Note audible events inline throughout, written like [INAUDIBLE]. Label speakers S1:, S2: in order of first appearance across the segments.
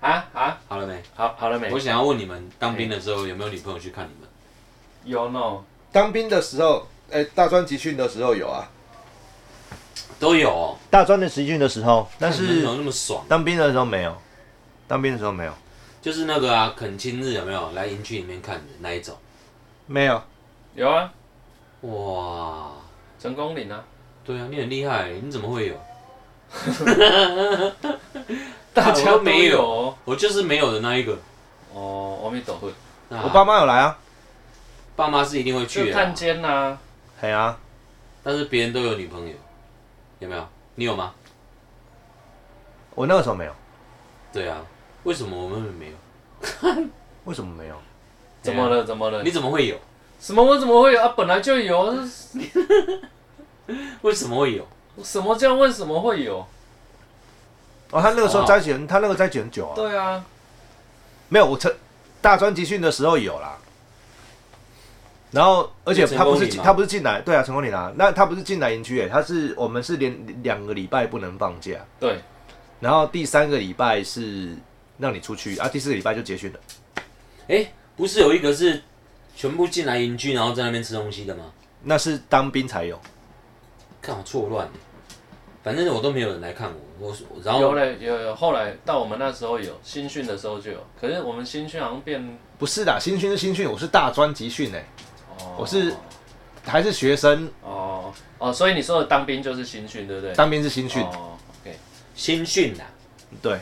S1: 啊
S2: 好了没
S1: 我？想要问你们，当兵的时候有没有女朋友去看你们？
S3: 哎
S2: 有 no？
S4: 当兵的时候，哎、大专集训的时候有啊，
S1: 都有哦，
S3: 大专的集训的时候，但
S1: 看你们
S3: 是
S1: 怎么那么爽？
S3: 当兵的时候没有，当兵的时候没有，
S1: 就是那个啊，恳亲日有没有来营区里面看的那一种？
S3: 没有，
S2: 有啊，
S1: 哇，
S2: 成功岭啊，
S1: 对啊，你很厉害，你怎么会有？
S2: 大
S1: 家没有
S2: 哦。
S1: 我就是没有的那一个。
S2: 哦，阿弥陀佛，
S1: 那
S3: 我爸妈有来啊，
S1: 爸妈是一定会去
S2: 去
S1: 的
S2: 探
S1: 啊，
S2: 监呐，
S3: 嘿啊，
S1: 但是别人都有女朋友，有没有？你有吗？
S3: 我那个时候没有，
S1: 对啊，为什么我们没有？
S3: 为什么没有？
S2: 怎么了？怎么了
S1: 啊你？怎么会有？
S2: 哎什么？我怎么会有啊？本来就有，
S1: 为什么会有？
S2: 什么叫为什么会有？
S3: 哦，他那个时候
S1: 哦
S3: 在一起很，他那个在一起很久啊，
S2: 对啊，
S3: 没有，我成大专集训的时候有啦。然后，而且
S1: 就成
S3: 他不
S1: 功
S3: 是
S1: 岭
S3: 进
S1: 吗
S3: 他不是进来，对啊，成功岭啊，那他不是进来营区诶，他是我们是连两个礼拜不能放假，
S2: 对，
S3: 然后第三个礼拜是让你出去啊，第四个礼拜就结训了。
S1: 哎，不是有一个是全部进来营区，然后在那边吃东西的吗？
S3: 那是当兵才有，
S1: 看我错乱了，反正我都没有人来看我，我我然
S2: 有
S1: 后
S2: 嘞，有有。后来到我们那时候有新训的时候就有，可是我们新训好像变，
S3: 不是啦，新训是新训，我是大专集训诶，
S2: 哦
S3: 我是还是学生，
S2: 哦哦，所以你说的当兵就是新训，对不对？
S3: 当兵是新训，
S2: 哦，OK，
S1: 新训啊啦，
S3: 对，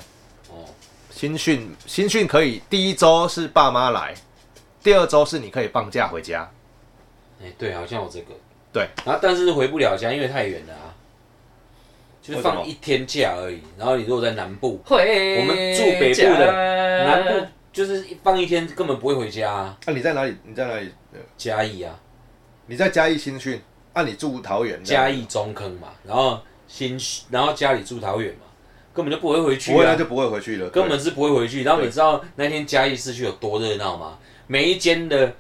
S1: 哦，
S3: 新训新训可以第一周是爸妈来，第二周是你可以放假回家，
S1: 哎，对，好像有这个，
S3: 对，
S1: 然后但是回不了家，因为太远了啊，就是
S3: 为什
S1: 放
S3: 么
S1: 一天假而已。然后你如果在南部，
S2: 会
S1: 我们住北部的
S2: 家
S1: 南部就是一放一天根本不会回家啊，
S3: 那、你在哪里？你在哪里？呃
S1: 嘉义啊，
S3: 你在嘉义新训，啊，你住桃园，
S1: 嘉义中坑嘛，然后新然后家里住桃园嘛，根本就不会回去
S3: 不会
S1: 啊
S3: 那，就不会回去了，
S1: 根本是不会回去。然后你知道那天嘉义市区有多热闹吗？每一间的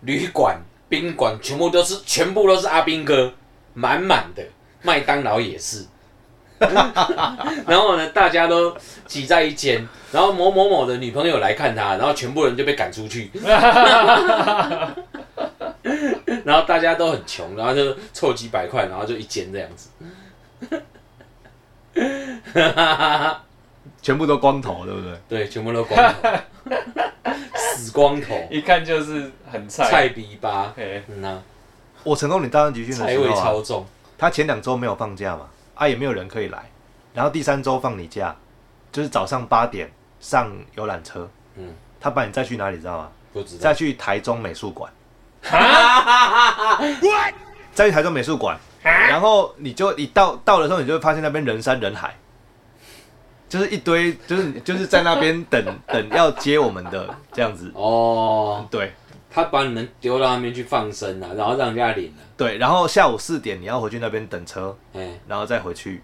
S1: 旅馆、宾馆全部都是全部都是阿兵哥，满满的。麦当劳也是。 [LAUGHS] 然后呢，大家都挤在一间，然后某某某的女朋友来看他，然后全部人就被赶出去， [LAUGHS] 然后大家都很穷，然后就凑几百块，然后就一间这样子。
S3: 全部都光头，对不对？
S1: 对，全部都光头，死光头，
S2: 一看就是很菜。
S1: 菜逼吧，
S2: OK，
S1: 嗯呐、
S3: 我成功你大专集训的
S1: 菜
S3: 时
S1: 味
S3: 候、啊，
S1: 超重，
S3: 他前两周没有放假嘛，啊也没有人可以来，然后第三周放你假，就是早上八点上游览车，
S1: 嗯
S3: 他把你再去哪里知道吗？
S1: 不知道
S3: 再。去台中美术
S1: [LAUGHS]
S3: 馆，再去台中美术馆，
S1: 啊
S3: 然后你就一到到的时候，你就会发现那边人山人海，就是一堆就是就是在那边等 [LAUGHS] 等要接我们的这样子，
S1: 哦，
S3: 对
S1: 他把你们丢到那边去放生了、啊然后让人家领了、
S3: 对，然后下午四点你要回去那边等车，
S1: 哎、
S3: 然后再回去。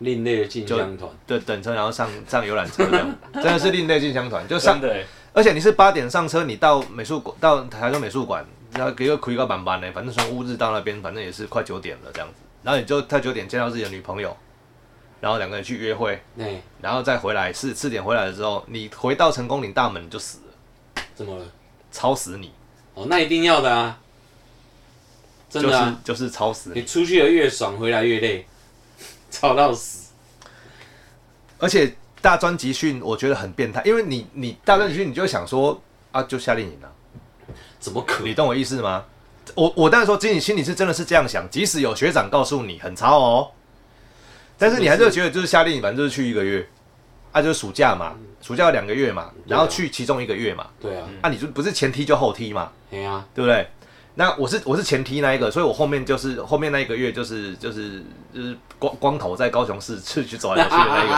S1: 另类的进香团，
S3: 对，等车，然后上上游览车这样，真的是另类进香团。就上
S2: 真，的耶，欸
S3: 而且你是八点上车，你到美术馆，到台中美术馆，然后给个亏个板板呢，反正从乌日到那边，反正也是快九点了这样子。然后你就在九点见到自己的女朋友，然后两个人去约会，
S1: 哎、
S3: 然后再回来四四点回来的时候，你回到成功岭大门你就死了，
S1: 怎么了？
S3: 超死你，
S1: 哦，那一定要的啊，真的啊，
S3: 就是就是超死你
S1: 你。出去的越爽，回来越累，吵到死。
S3: 而且大专集训我觉得很变态，因为你你大专集训你就会想说啊，就夏令营啊，
S1: 怎么可
S3: 你
S1: 能？
S3: 懂我意思吗？我我当然说，自己心里是真的是这样想，即使有学长告诉你很超哦，但是你还是会觉得就是夏令营，反正就是去一个月，啊，就是暑假嘛，暑假有两个月嘛，
S1: 嗯对啊
S3: 然后去其中一个月嘛，
S1: 对啊，
S3: 啊，你就不是前踢就后踢嘛，
S1: 哎呀、
S3: 对不对？那我是我是前踢那一个，所以我后面就是后面那一个月就是就是就是光光头在高雄市市区走来走去的那一个。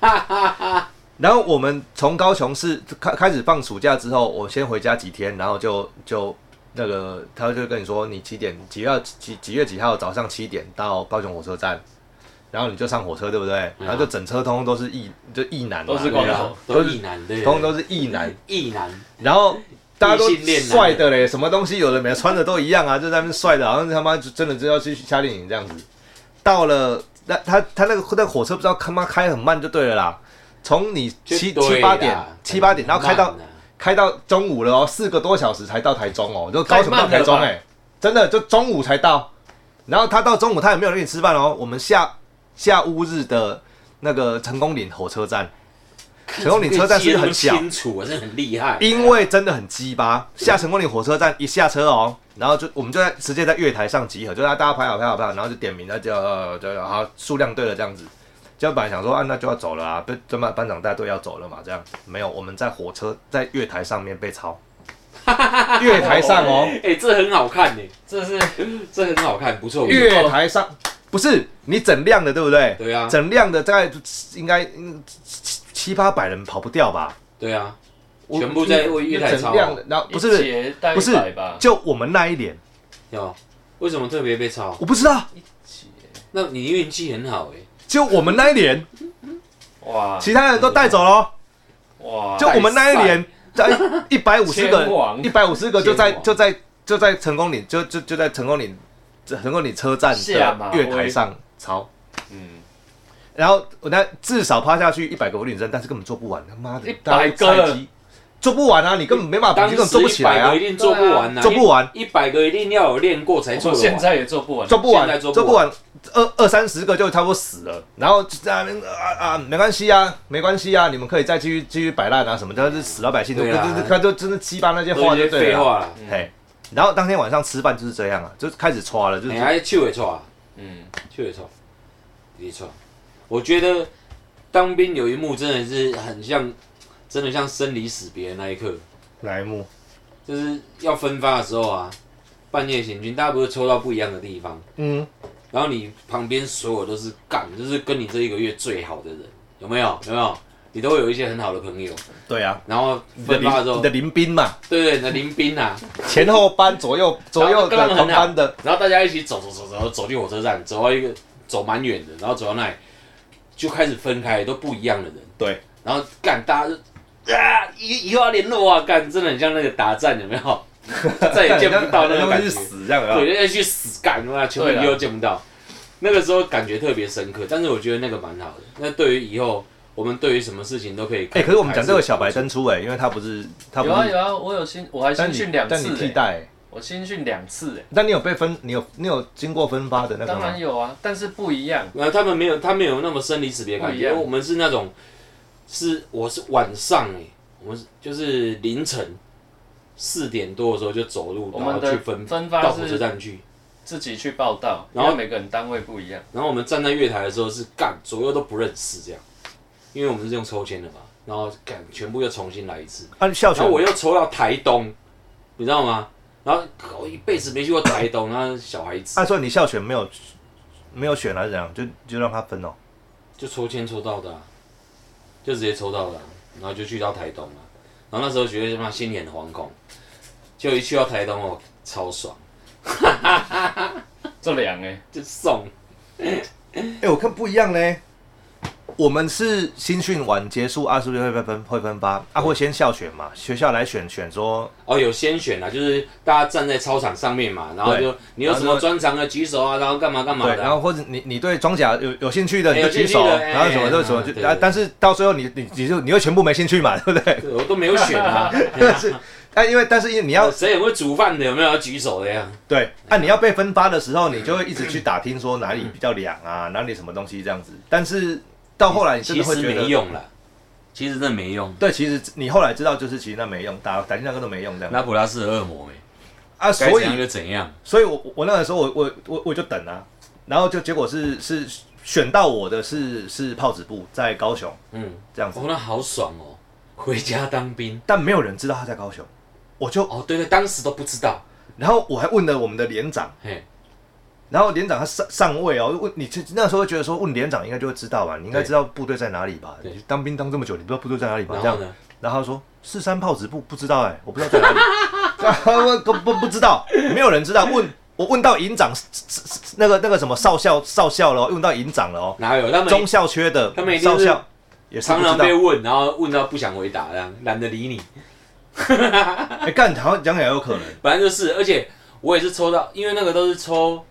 S2: [LAUGHS]
S3: 然后我们从高雄市开开始放暑假之后，我先回家几天，然后就就那个他就跟你说，你几点几月几几月几号早上七点到高雄火车站，然后你就上火车，对不对？然后就整车通通都是异就异男嘛，
S2: 啊都是
S3: 对
S2: 光
S3: 啊
S1: 都
S2: 头
S3: 都
S1: 是
S3: 是
S1: 异男，对不对，
S3: 通通都是异男。
S1: 异男，
S3: 然后大家都
S1: 异性恋啊
S3: 帅的嘞，什么东西有的没的，穿的都一样啊，就在那边帅的，好像他妈就真的就要去夏令营这样子。到了那他他那个那个火车不知道他妈开很慢就对了啦，从你
S1: 就
S3: 七
S1: 对啦啊
S3: 七八点七八点，然后开到
S1: 很慢啊
S3: 开到中午了哦，四个多小时才到台中哦，就高雄
S2: 太慢
S3: 到
S2: 了吧
S3: 台中哎、真的就中午才到。然后他到中午他也没有跟你吃饭哦，我们下下乌日的那个成功岭火车站，成功岭车站是不是很
S1: 记得
S3: 小
S1: 那么？清楚，真的很厉害。
S3: 因为真的很鸡巴，下成功岭火车站一下车哦，然后就我们就在直接在月台上集合，就让大家排好排好排好，然后就点名，那就呃就好数量对了这样子。就本来想说啊，那就要走了啊，班班班长带队要走了嘛，这样没有，我们在火车在月台上面被
S1: [LAUGHS]
S3: 抄，月台上哦，
S1: 哎、这很好看呢、
S2: 这是
S1: [LAUGHS] 这很好看，不错。不错
S3: 月台上不是你整辆的对不对？
S1: 对啊，
S3: 整辆的大概应该嗯七七八百人跑不掉吧，
S1: 对啊，
S3: 我
S1: 全部在为月台哦
S3: 整
S1: 超。
S3: 辆的，然后不是
S2: 一节大概
S3: 不是
S2: 一百吧？
S3: 就我们那一脸，
S1: 有为什么特别被抄？
S3: 我不知道。
S2: 节
S1: 那你运气很好哎、
S3: 就我们那一连，
S2: 哇
S3: 其他人都带走了。
S2: 哇，
S3: 就我们那一连，在一百五十
S2: [LAUGHS]
S3: 个
S2: 前往，
S3: 一百五十个就在
S1: 前往
S3: 就在就在成功岭，就就就在成功岭成功岭车站
S2: 下啊马
S3: 的
S2: 威
S3: 月台上操。
S2: 嗯，
S3: 然后我那至少趴下去一百个女生，但是根本做不完，他妈的，
S2: 100
S3: 大家都
S2: 个
S3: 菜鸡做不完啊！你根本没办法，
S1: 当
S3: 你
S1: 时
S3: 根本做不起来
S1: 100
S3: 啊
S1: 个一，定做不完呐、
S3: 做不完，
S1: 一百个一定要有练过才
S3: 嗯
S1: 做
S2: 我
S1: 得
S2: 现
S1: 完。
S2: 在也做不完，
S3: 做不
S1: 现在
S3: 完，
S1: 做不
S3: 做不完，二二三十个就差不多死了。然后就在那边啊啊，没关系啊，没关系啊，你们可以再继续继续摆烂啊什么，但是死老百姓都
S1: 对啊
S3: 就是他就真的鸡巴那些话
S1: 一些
S3: 就对
S1: 废
S3: 了啊。
S1: 话啦，
S2: 嗯
S3: 嘿，然后当天晚上吃饭就是这样啊，就是开始刷了，就是、
S1: 你还去也错啊，
S2: 嗯，
S1: 去也错，你错。我觉得当兵有一幕真的是很像，真的像生离死别的那一刻，
S3: 哪一幕？
S1: 就是要分发的时候啊，半夜行军，大家不是抽到不一样的地方，
S3: 嗯，
S1: 然后你旁边所有都是干，就是跟你这一个月最好的人，有没有？有没有？你都会有一些很好的朋友，
S3: 对啊，
S1: 然后
S3: 你的
S1: 分发的时
S3: 林
S1: 候
S3: 你的，林兵嘛，
S1: 对对，你的林兵啊，
S3: 前后班
S1: [LAUGHS]
S3: 左右左右的
S1: 然后啊
S3: 同
S1: 刚刚
S3: 班的，
S1: 然后大家一起走走走走走进火车站，走到一个走蛮远的，然后走到那里就开始分开，都不一样的人。
S3: 对，
S1: 然后干大家就啊，以以后要联络啊，干真的很像那个打战有没
S3: [LAUGHS]
S1: 有？再也见不到那个
S3: 他们
S1: 感
S3: 去
S1: 觉，
S3: 死这样啊。
S1: 对，要去死干，哇，全部
S2: 对啦
S1: 以后见不到。那个时候感觉特别深刻，但是我觉得那个蛮好的。那对于以后我们对于什么事情都可以
S3: 哎、
S1: 看，
S3: 可是我们讲这个小白登出哎、因为他不是他不
S2: 有啊
S3: 是，
S2: 有啊，我有新，我还
S3: 但
S2: 新
S3: 你
S2: 训两
S3: 但你
S2: 次
S3: 替
S2: 欸
S3: 代、欸，
S2: 我新训两次
S3: 但你有被分，你有你有经过分发的那
S2: 哎，
S3: 个
S2: 当
S3: 吗
S2: 然？有啊，但是不一样，
S1: 呃，他们没有，他没有那么生离死别的感
S2: 不一
S1: 觉。
S2: 样
S1: 我们是那种，是我是晚上哎、我们是就是凌晨四点多的时候就走路，
S2: 我
S1: 然后
S2: 们
S1: 去
S2: 的
S1: 分
S2: 分
S1: 到
S2: 发
S1: 火车
S2: 是
S1: 站去。
S2: 自己去报道，
S1: 然
S2: 然
S1: 后
S2: 后每个人单位不一样，
S1: 然后我们站在月台的时候是干左右都不认识这样，因为我们是用抽签的嘛，然后干全部又重新来一次。
S3: 啊，校
S1: 然后我
S3: 选
S1: 又抽到台东，你知道吗？然后我一辈子没去过台东，那小孩子
S3: 按说啊你校选没有没有选还是怎样，就就让他分哦、
S1: 就抽签抽到的啊、就直接抽到的啊、然后就去到台东了、然后那时候觉得他妈心里很惶恐，就一去到台东哦，超爽，
S2: 这两哎，
S1: 就送。
S3: 哎、我看不一样嘞。我们是新训完结束，啊，是不是会分分会分发？啊，会先校选嘛，学校来选选说，
S1: 哦，有先选啊，就是大家站在操场上面嘛，然后就你有什么专长的举手啊，然后干嘛干嘛
S3: 对，
S1: 的啊、
S3: 然后或者你你对装甲有有兴趣的
S1: 哎
S3: 你就举
S1: 有
S3: 手，
S1: 兴趣的哎
S3: 然后什么就什么
S1: 哎哎
S3: 就，
S1: 哎
S3: 啊
S1: 对，
S3: 但是到最后你你你就你又全部没兴趣嘛，对不对？
S1: 对我都没有选啊，哦
S3: 是，啊但因为但是因为你要
S1: 谁很会煮饭的有没有要举手的呀？
S3: 对，啊，你要被分发的时候，你就会一直去打听说哪里比较凉
S1: 嗯
S3: 啊，哪里什么东西这样子。但是到后来你真
S1: 其
S3: 的会
S1: 实
S3: 觉
S1: 没
S3: 得，
S1: 用了，其实真的没用。
S3: 对，其实你后来知道就是其实那没用，打打听那个都没用这样。
S1: 那普拉是恶魔没、
S3: 啊，
S1: 该
S3: 所
S1: 怎
S3: 以
S1: 样就怎样。
S3: 所以我我我那个时候我我我我就等啊，然后就结果是是选到我的是是炮子部在高雄
S1: 嗯，
S3: 这样子
S1: 哦，，那好爽哦，回家当兵。
S3: 但没有人知道他在高雄，我就
S1: 哦，对对，当时都不知道。
S3: 然后我还问了我们的连长，
S1: 嘿，
S3: 然后连长他上上位哦，问你这那时候觉得说问连长应该就会知道吧，你应该
S1: 对
S3: 知道部队在哪里吧？
S1: 对
S3: 你当兵当这么久，你不知道部队在哪里吧？
S1: 然
S3: 哦这样
S1: 后，呢？
S3: 然后他说四三炮子部不知道哎、我不知道在 [LAUGHS] 哪里，我不不不知道，没有人知道问。我问到营长，那个那个什么少校少校了哦，问到营长了哦，
S1: 哪有？他
S3: 中
S1: 们
S3: 校缺的，
S1: 他们一定
S3: 少
S1: 是
S3: 校也是不
S1: 常
S3: 知
S1: 常
S3: 道。
S1: 被问，然后问到不想回答，这样懒得理你。
S3: 哎，干、好像讲起来有可能。
S1: 反正就是，而且我也是抽到，因为那个都是抽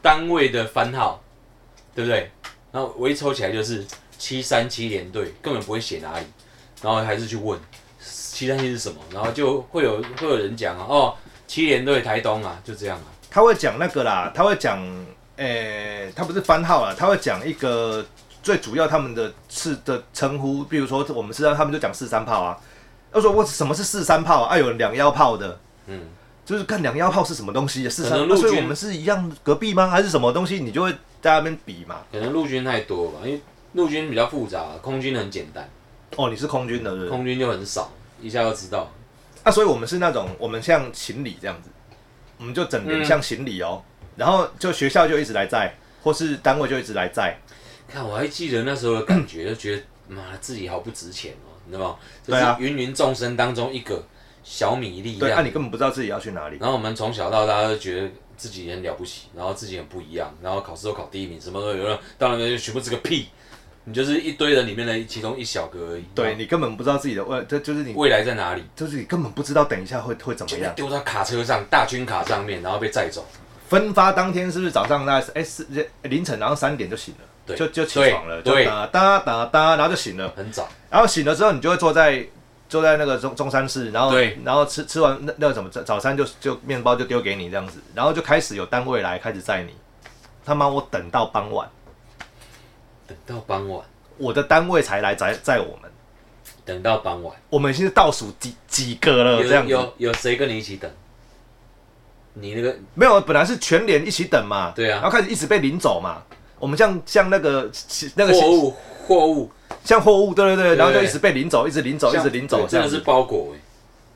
S1: 单位的番号，对不对？然后我一抽起来就是七三七连队，根本不会写哪里，然后还是去问七三七是什么，然后就会有会有人讲啊，哦，七连队台东啊，就这样啊，
S3: 他会讲那个啦，他会讲，诶、他不是番号啦，他会讲一个最主要他们的是的称呼，比如说我们是让他们就讲四三炮啊，他说我什么是四三炮啊？啊，有两腰炮的，
S1: 嗯，
S3: 就是看两腰炮是什么东西，四
S1: 可
S3: 三、
S1: 能
S3: 啊，
S1: 陆军
S3: 所以我们是一样隔壁吗？还是什么东西？你就会在那边比嘛。
S1: 可能陆军太多吧，因为陆军比较复杂，空军很简单，
S3: 哦，你是空军的，是不是？
S1: 空军就很少，一下就知道。
S3: 啊，所以我们是那种，我们像行礼这样子，我们就整
S1: 嗯
S3: 人像行礼哦，然后就学校就一直来在，或是单位就一直来在，
S1: 看，我还记得那时候的感觉，就觉得妈自己好不值钱哦，你知道吗？就
S3: 对啊
S1: 是芸芸众生当中一个小米粒
S3: 对，
S1: 量。
S3: 啊，你根本不知道自己要去哪里，
S1: 然后我们从小到大都觉得自己很了不起，然后自己很不一样，然后考试都考第一名，什么都有了，当然就全部是个屁，你就是一堆人里面的其中一小个而已。
S3: 对，你根本不知道自己的呃未，这就是你，
S1: 未来在哪里？
S3: 就是你根本不知道等一下会会怎
S1: 就
S3: 么样。
S1: 丢到卡车上，大军卡上面，然后被载走。
S3: 分发当天是不是早上那哎是凌晨，然后三点就醒了，
S1: 对
S3: 就就起
S1: 对
S3: 床了，就
S1: 对
S3: 哒哒哒哒，然后就醒了。
S1: 很早，
S3: 然后醒了之后，你就会坐在坐在那个中中山市，然后
S1: 对
S3: 然后吃吃完那那个什么早早餐就就面包就丢给你这样子，然后就开始有单位来开始载你。他妈，我等到傍晚，
S1: 等到傍晚，
S3: 我的单位才来载载我们，
S1: 等到傍晚，
S3: 我们已经是倒数几几个了
S1: 有
S3: 呃这样子。
S1: 有有谁跟你一起等？你那个
S3: 没有，本来是全连一起等嘛，
S1: 对啊
S3: 然后开始一直被领走嘛。我们像像那个那个
S1: 货物货物，
S3: 像货物，对对对，
S1: 对
S3: 然后就一直被领走，一直领走，一直领走，
S1: 对真的是
S3: 这样子
S1: 包裹哎、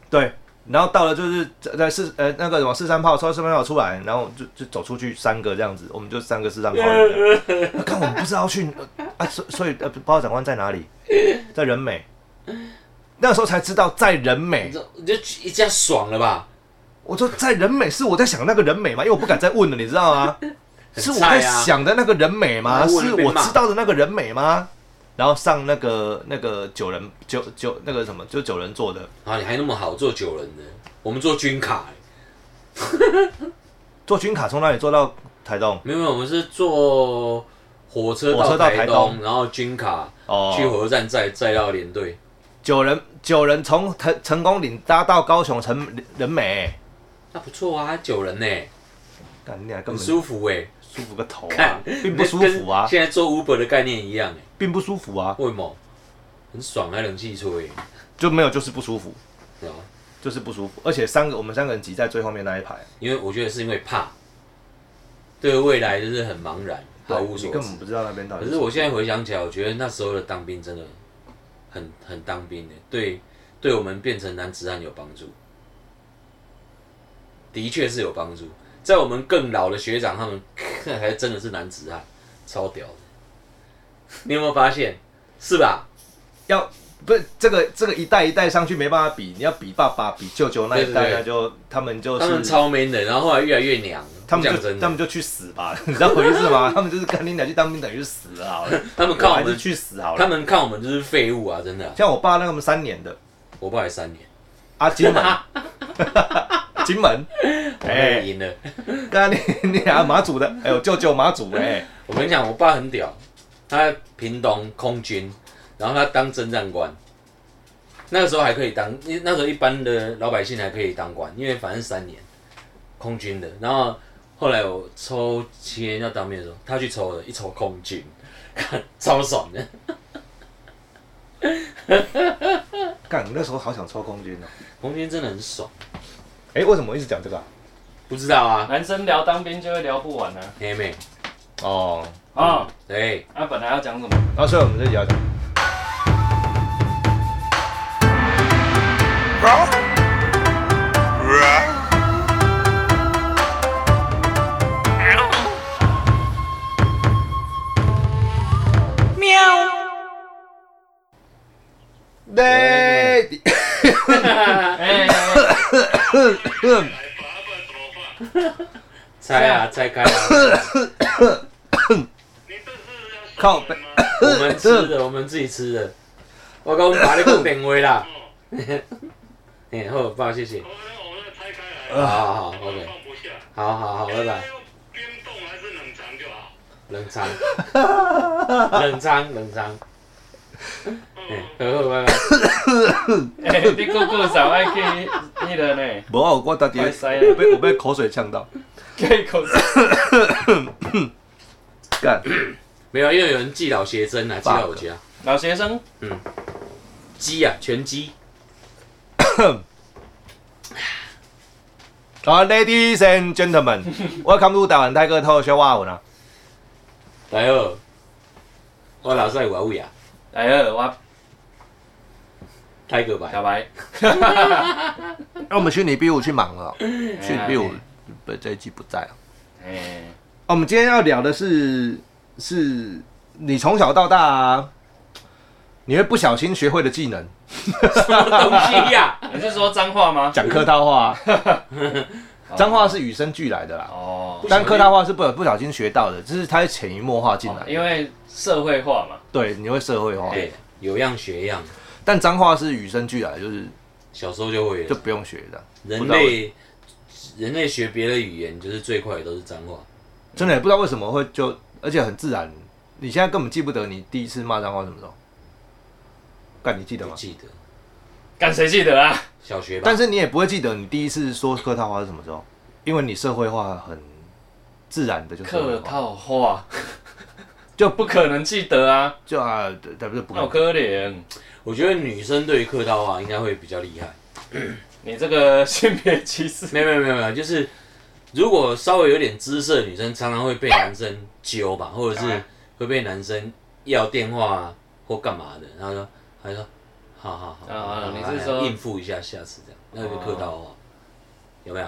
S3: 对。然后到了就是在四呃那个什么四三炮，抽四三炮出来，然后就就走出去三个这样子，我们就三个四
S1: [LAUGHS]
S3: 三炮。那看我们不知道去呃啊，所所以呃不知道长官在哪里，在人美。那时候才知道在人
S1: 你
S3: 美，
S1: 知道你就一下爽了吧？
S3: 我说在人美是我在想那个人美吗？因为我不敢再问了，你知
S1: [LAUGHS]
S3: 道吗？是我在
S1: 菜啊
S3: 想的那个人美吗？
S1: 那问
S3: 是
S1: 了被
S3: 我
S1: 骂
S3: 知道的那个人美吗？然后上那个那个九人九九那个什么，就九人座的，
S1: 啊，你还那么好做九人呢？我们做军卡、欸，
S3: 坐军卡从哪里坐到台东？
S1: 没有没有，我们是坐火车
S3: 火
S1: 到
S3: 车到
S1: 台
S3: 台
S1: 东，
S3: 东
S1: 然后军卡
S3: 哦
S1: 去火车站再再到连队，
S3: 九人九人从成成功岭搭到高雄成人美，
S1: 那不错啊，九人呢、
S3: 干你俩
S1: 很
S3: 根本
S1: 舒服哎、
S3: 舒服个头啊
S1: 看，，
S3: 并不舒服啊
S1: 跟，现在做 Uber 的概念一样哎、
S3: 并不舒服啊，
S1: 为什么？很爽啊，冷气吹、欸，
S3: 就没有就是不舒服，
S1: 对吧？
S3: 就是不舒服，而且三个我们三个人挤在最后面那一排，
S1: 因为我觉得是因为怕，对未来就是很茫然，毫
S3: 对
S1: 无所知
S3: 你根。本不知道那边到底。
S1: 可是我现在回想起来，我觉得那时候的当兵真的很很当兵的，对，对我们变成男子汉有帮助，的确是有帮助。在我们更老的学长他们， [LAUGHS] 还真的是男子汉，超屌的。你有没有发现？是吧？
S3: 要不是这个这个一代一代上去没办法比，你要比爸爸比舅舅那一代，
S1: 对对对
S3: 那就他们就
S1: 他们
S3: 是。
S1: 超 man 的，然后后来越来越娘。
S3: 他们
S1: 我讲真
S3: 就他
S1: 的，
S3: 们就去死吧， [LAUGHS] 你知道我意思吗？他们就是干你俩去当兵等于是死了
S1: [LAUGHS]
S3: 好了，
S1: 他们看我
S3: 还是
S1: 们，
S3: 去死好了。
S1: 他们看我们就是废物啊！真的啊、
S3: 像我爸那个我们三年的
S1: 我爸也三年，
S3: 啊，金
S1: [LAUGHS]
S3: 门，金门，
S1: 我也
S3: 哎、
S1: 赢了。
S3: 刚刚你你啊马祖的，哎呦舅舅马祖哎、
S1: 我跟你讲，我爸很屌，他屏东空军，然后他当征战官，那个时候还可以当，因为那时候一般的老百姓还可以当官，因为反正三年空军的。然后后来我抽签要当兵的时候，他去抽的，一抽空军，看超爽的。
S3: 干那时候好想抽空军哦、
S1: 空军真的很爽，
S3: 哎、为什么我一直讲这个、啊？
S1: 不知道啊，
S2: 男生聊当兵就会聊不完啊。
S1: 黑妹，
S3: 哦，
S2: 啊、
S1: 对，
S2: 那、本来要讲什么？
S3: 然后所以我们这集要讲，对，
S2: 哎、
S1: 猜啊猜开啊，
S3: 靠背，
S1: 我们吃的，我们自己吃的，我跟我们把那个点位啦。哎，好，爸，谢谢。好好好，OK，好好好，拜拜。
S5: 冰冻还是冷藏就好。
S3: [LAUGHS]
S1: 冷藏，冷藏，冷藏，好好拜拜。
S2: 哎、你姑姑上爱去迄个呢，
S3: 无啊，我到底
S2: 快塞
S3: 我
S2: 了，
S3: 被我被口水呛到，
S2: 给口水。
S3: 干
S1: 没有，因为有人寄老邪针啊，寄到我家。
S2: 老学生，
S1: 鸡啊，全鸡。
S3: 啊，Ladies and gentlemen，welcome to 台湾泰哥透秀哇文啊，
S1: 大家好，我老帅我
S3: [LAUGHS]
S1: 位啊，
S2: 哎呀，我
S1: 泰哥吧。
S2: 小白，
S3: 哎那我们虚拟 B 五去忙了哦，
S2: 去
S3: 虚拟 B 五不这一季不在了。
S2: 哎，
S3: 哦我们今天要聊的是，是你从小到大、啊，你会不小心学会的技能，
S1: 什么东西
S3: [LAUGHS]
S1: 呀、
S2: 你是说脏话吗？
S3: 讲客套话、啊，脏话是与生俱来的啦，
S2: 哦，
S3: 但客套话是不不小心学到的，就是它会潜移默化进来，
S2: 哦因为社会化嘛，
S3: 对，你会社会化。
S1: 对，哎有样学样，
S3: 但脏话是与生俱来的，就是
S1: 小时候就会
S3: 就
S1: 了。
S3: 不用学的，
S1: 人类，人类学别的语言就是最快的都是脏话。
S3: 真的也不知道为什么会就，而且很自然。你现在根本记不得你第一次骂脏话什么时候，干你记得
S1: 不
S3: 吗？
S1: 记得
S2: 干谁记得啊？
S1: 小学吧，
S3: 但是你也不会记得你第一次说客套话是什么时候，因为你社会化很自然的就社会
S2: 客
S3: 化
S2: 套话 [LAUGHS]
S3: 就
S2: 不可能记得啊，
S3: 就啊，对对不是不
S2: 好可
S3: 可
S2: 怜。
S1: 我觉得女生对于客套话应该会比较厉害。
S2: 你这个性别歧视， [LAUGHS]
S1: 没有没有没有没有，就是如果稍微有点姿色的女生，常常会被男生揪吧，或者是会被男生要电话啊或干嘛的，然后说，他就说，好好好，
S2: 啊啊
S1: 好
S2: 你
S1: 好
S2: 是
S1: 来
S2: 说
S1: 应付一下，下次这样，那个客套话，有没有？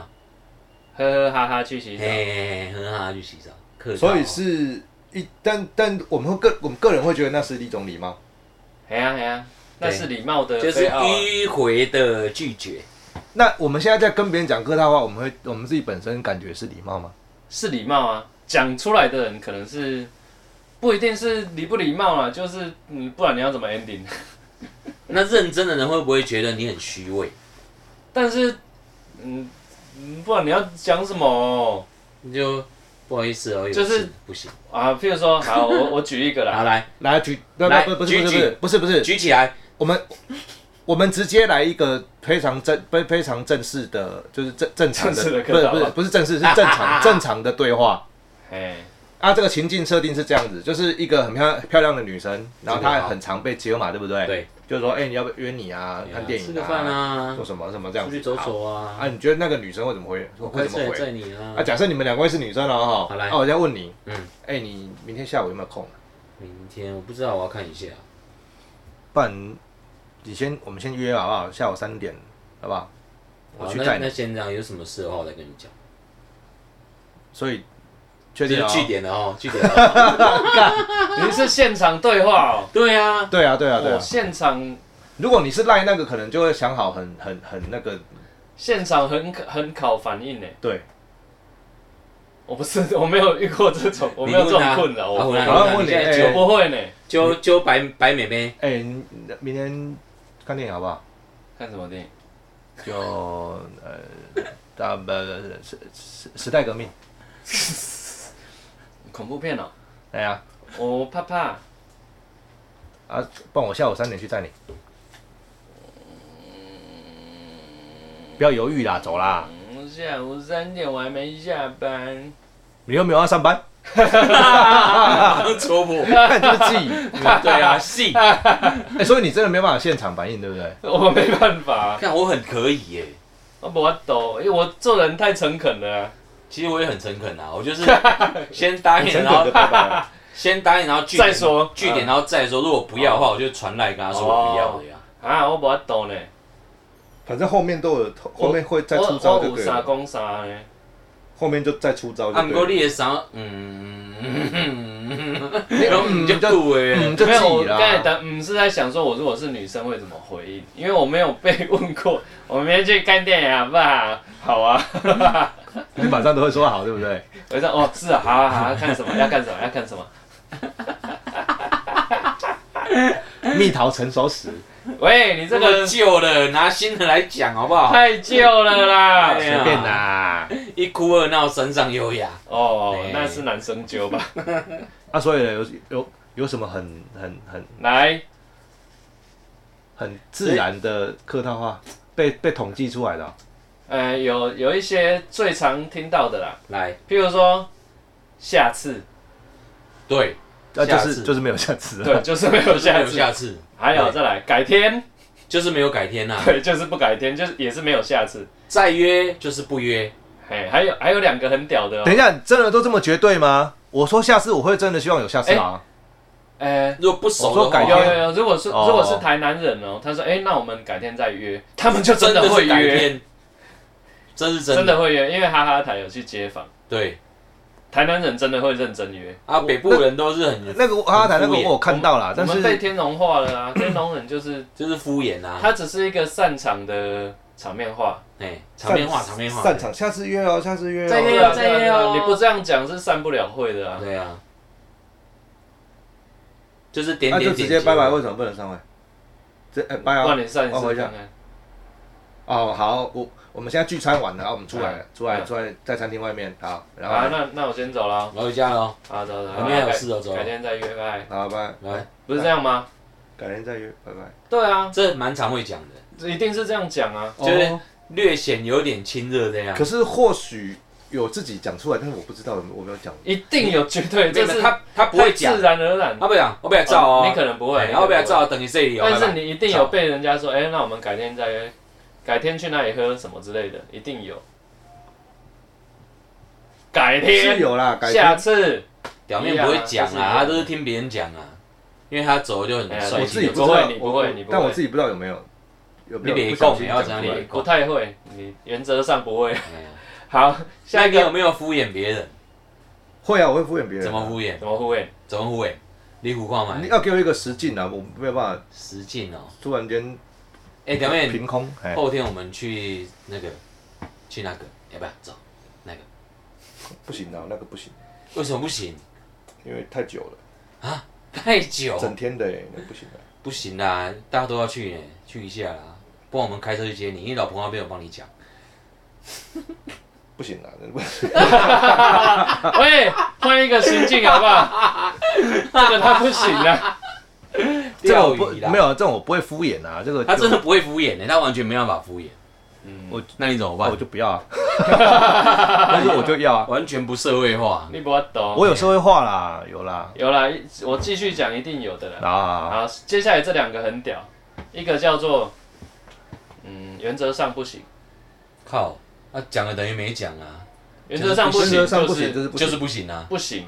S2: 呵呵哈哈去洗
S1: 嘿
S2: 澡，
S1: 嘿嘿，很好，去洗澡，客套话。
S3: 所以是一，但但我们会个我们个人会觉得那是一种礼貌，
S2: 哎呀哎呀，那是礼貌的
S1: 就是
S2: 非傲啊，
S1: 迂回的拒绝，
S3: 那我们现在在跟别人讲客套话，我们会我们自己本身感觉是礼貌吗？
S2: 是礼貌啊。讲出来的人可能是不一定是礼不礼貌啦，就是嗯，不然你要怎么 ending？ [LAUGHS]
S1: 那认真的人会不会觉得你很虚伪？
S2: 但是嗯，嗯不然你要讲什么
S1: 你就不好意思哦，有
S2: 就是
S1: 事不行。
S2: 啊？譬
S1: [LAUGHS]
S2: 如说，好，我我举一个
S1: 好，
S2: 啦，
S1: 来
S3: 来举，不
S1: 来
S3: 不不
S1: 举
S3: 是不是不是不是不是，
S1: 举起来，
S3: 我们我们直接来一个非常正非非常正式的，就是正正常的，
S2: 正式的
S3: 不
S2: 客
S3: 是
S2: 套话
S3: 不是不是正式是正
S2: [LAUGHS]
S3: 常正常的对话。
S2: 哎，
S3: 啊，这个情境设定是这样子，就是一个很漂亮漂亮的女生，然后她还很常被接嘛，对不对？
S1: 对，
S3: 就是说，哎、你要不要约你啊？看电影
S1: 吃个饭啊
S3: 做，什么什么这样
S1: 出
S3: 子。
S1: 去走走
S3: 好
S1: 啊
S3: 啊，，你觉得那个女生会怎么回？
S1: 我
S3: 会
S1: 开车
S3: 怎么
S1: 也载
S3: 回？
S1: 你啊
S3: 啊，。假设你们两位是女生了哈，啊
S1: 好来
S3: 那我再问你，
S1: 嗯，
S3: 哎、你明天下午有没有空？啊
S1: 明天我不知道，我要看一下。
S3: 不然你先，我们先约好不好？下午三点，好不好？我
S1: 好，
S3: 去
S1: 哦那
S3: 载你
S1: 那先这样，有什么事的话我再跟你讲。
S3: 所以确
S1: 这
S3: 定
S1: 是
S3: 哦
S1: 据点了哦，据点了哦。
S2: 你是现场对话哦，
S1: 对啊，
S3: 对啊，对啊，对
S2: 我
S3: 啊。
S2: 现场
S3: 如果你是赖那个，可能就会想好很很很那个，
S2: 现场很很考反应呢。
S3: 对。
S2: 我不是， [LAUGHS] 我没有遇过这种，我没
S1: 你
S2: 有这
S1: 问
S2: 种
S1: 啊，
S2: 困扰，
S1: 啊
S2: 我
S1: 我来
S3: 好
S1: 我来
S3: 问
S1: 你
S3: 你
S1: 现在
S3: 哎
S1: 揪
S2: 我不会呢。
S1: 揪揪白白美 [LAUGHS] 眉，
S3: 哎、你明天看电影好不好？
S2: 看什么电影？
S3: 就呃，大不时时时代革命，
S2: 恐怖片哦，
S3: 哎呀
S2: 我怕怕。
S3: 啊，帮我下午三点去载你。不要犹豫啦，走啦！
S2: 嗯下午三点我还没下班，
S3: 你又没有要上班，
S1: 啊戳破。
S3: 看这个记。
S1: 对啊，戏。
S3: 哎、所以你真的没办法现场反应，对不对？
S2: 我没办法，
S1: 看我很可以耶，
S2: 我不抖，因为我做人太诚恳了啊、
S1: 其实我也很诚恳啊，我就是先答应，
S3: 诚
S1: 然
S3: 恳
S1: 后
S3: 的拜拜。
S1: 先答应，然后据点
S2: 再说
S1: 据点，然后再说。如果不要的话，我就传来跟他说我不要的呀。
S2: 啊，我不抖呢，
S3: 反正后面都有，后面会再
S2: 我
S3: 出招
S2: 我
S3: 就
S2: 有
S3: 对
S2: 啥
S3: 了。
S2: 讲啥呢？
S3: 后面就再出招
S1: 啊，
S3: 就
S1: 不过
S3: 对
S1: 你
S3: 了。
S1: 的啥，嗯， [LAUGHS]
S3: 嗯
S1: 你就欸
S3: 就
S1: 酷诶
S3: 嗯，。就
S2: 没
S3: 自
S2: 有，我
S3: 己
S2: 刚才
S3: 啦。
S2: 的嗯是在想说，我如果是女生会怎么回应，因为我没有被 [LAUGHS] 问过。我们明天去看电影啊好不好？好啊， [LAUGHS]
S3: 你马上都会说好，对不对？
S2: 我说哦是啊，好啊好啊，看什么要看什么要看什么，
S3: 蜜桃成熟时，
S2: 喂，你这
S1: 这个
S2: 个
S1: 旧了，拿新的来讲好不好？
S2: 太旧了啦。
S1: 哎呀
S3: 随便啦。
S1: 一哭二闹三上优雅，
S2: 哦
S1: 哎，
S2: 那是男生揪吧？
S3: 啊，所以呢有有有什么很很很
S2: 来，
S3: 很自然的客套话被被统计出来的哦、
S2: 呃，有有一些最常听到的啦，
S1: 来，
S2: 譬如说下次，
S1: 对，
S3: 那、就
S1: 下
S3: 是
S1: 次啊
S3: 就是没有下次了。
S2: 对，就是没有
S1: 没
S2: 下
S1: 有 [LAUGHS]
S2: 次。
S1: 下次，
S2: 还有
S1: 对
S2: 再来改天，
S1: 就是没有改天呐、啊，
S2: 对，就是不改天，就是也是没有下次。
S1: 再约就是不约，
S2: 哎，还有还有两个很屌的、
S3: 等
S2: 哦，
S3: 一下，真的都这么绝对吗？我说下次我会真的希望有下次啊。
S2: 呃，
S1: 如果不熟
S3: 我说
S1: 的
S3: 改
S1: 话，
S3: 天
S2: 有有有，如果是、
S3: 哦
S2: 如果是台南人哦，他说哎、那我们改天再约，他们就
S1: 真
S2: 真的
S1: 的
S2: 会
S1: 是改
S2: 约，
S1: 天，真是真
S2: 真的会约，因为哈哈台有去街访，
S1: 对
S2: 台南人真的会认真约。
S1: 啊，北部人都是很
S3: 那个哈哈台那个
S1: 很敷
S3: 我
S1: 衍
S3: 有看到啦，
S2: 我
S3: 但
S2: 们被
S3: 是
S2: 天龙化了啊，天龙人就是
S1: 就是敷衍啊，
S2: 他只是一个擅长的场面话，
S1: 哎，场面话，场面话，
S4: 散场，下次约哦，下次约
S1: 再
S4: 哦。
S1: 约
S2: 对啊
S1: 哦再约
S2: 对啊
S1: 哦
S2: 你不这样讲是散不了会的啊。
S1: 对啊，就是点
S4: 那
S1: 点
S4: 就
S1: 点
S4: 直接
S1: 结尾，
S4: 拜拜，为什么不能上位？这哎
S3: 哦
S4: 拜
S2: 不
S4: 啊
S2: 然！你上一
S4: 换我
S2: 次
S4: 一下
S2: 看看，
S4: 哦，好，我我们现在聚餐完了，然后我们出来了，出
S1: 啊
S4: 来
S2: 嗯
S4: 出来在餐厅外面，好，然
S2: 好啊，
S4: 后
S2: 那那我先走了，
S1: 我回家了哦，
S2: 啊，走走，
S1: 我明天还有
S2: 好
S1: 事哦，走
S2: 改
S1: 了，
S2: 天再约，拜。
S4: 好拜，
S1: 来，
S2: 不是这样吗？
S4: 改天再约，拜拜。
S2: 对啊，
S1: 这蛮常会讲的，
S2: 一定是这样讲啊。
S1: 就是
S4: 哦
S1: 略显有点亲热这样
S4: 可。是或许有自己讲出来，但是我不知道有没有我没有讲。
S2: 一定有绝对，
S1: 没
S2: 这
S1: 有
S2: 是
S1: 他他不会讲
S2: 自，然而然。
S1: 他啊不会讲，我不要照哦，
S2: 你可能不会，
S1: 然后不要照，等你这里有，
S2: 但
S1: 拜
S2: 是
S1: 拜
S2: 你一定有被人家说，哎，那我们改天再约，改天去那里喝什么之类的，一定有。改
S4: 是
S2: 天，
S4: 有
S1: 啊
S4: 啦，改
S2: 下
S4: 天
S2: 次，
S1: 表面不会讲
S2: 一样啊
S1: 啊，他
S2: 就是
S1: 都是听别人讲啊，因为他走就很
S2: 哎呀
S1: 帅
S4: 我
S1: 气
S4: 自己
S1: 的
S4: 不知
S1: 走，
S4: 道，
S2: 不会你不
S4: 我
S2: 会
S4: 我
S2: 你不会
S4: 但我自己不知道有没有有没
S1: 你别
S4: 有不小
S1: 讲
S4: 心
S1: 你要
S4: 讲出
S1: 怎样你
S4: 来
S1: 别。
S2: 不太会，你原则上不会。
S1: 哎呀
S2: 好，下
S1: 下一
S2: 一
S1: 个有
S2: 个
S1: 没有敷衍别人？
S4: 会啊，我会敷衍别人啊。
S1: 怎么敷衍？
S2: 怎么护卫？
S1: 怎么敷衍？你胡话嘛
S4: 你？要给我一个实劲啊，我没有办法
S1: 实劲哦。
S4: 突然间
S1: 哎，哦表面
S3: 凭空，哎，
S1: 后天我们去那个，去那个，要不要走？那个
S4: 不行啊，那个不行，
S1: 为什么不行？
S4: 因为太久了，
S1: 太久，
S4: 整天的欸那不行的。
S1: 不行啦，大家都要去呢，去一下啦。不然我们开车去接你，你老婆那边我帮你讲。
S4: 不行啊，那不行
S2: 喂，换一个心境好不好？
S1: [LAUGHS]
S2: 这个他不行啊。
S3: 这个我
S1: 钓
S3: 不
S1: 鱼啦
S3: 没，有，这种我不会敷衍啊，这个
S1: 他
S3: 就
S1: 真的不会敷衍的，他完全没办法敷衍。
S2: 嗯，
S3: 我
S1: 那你怎么
S3: 那
S1: 办
S3: 我？就不要
S1: [LAUGHS]
S3: 啊，但是我就要啊，
S1: 完全不社会化。
S2: 你不要懂。
S3: 我有社会化啦，有啦，
S2: 有啦，一我继续讲，一定有的啦。
S3: 啊，
S2: 好，接下来这两个很屌，一个叫做，嗯，原则上不行，
S1: 靠，他讲了等于没讲啊，
S2: 原则上不行
S4: 原则上不
S2: 就
S4: 行，就是是不
S1: 就
S4: 行。
S1: 是不行啊。
S2: 不行，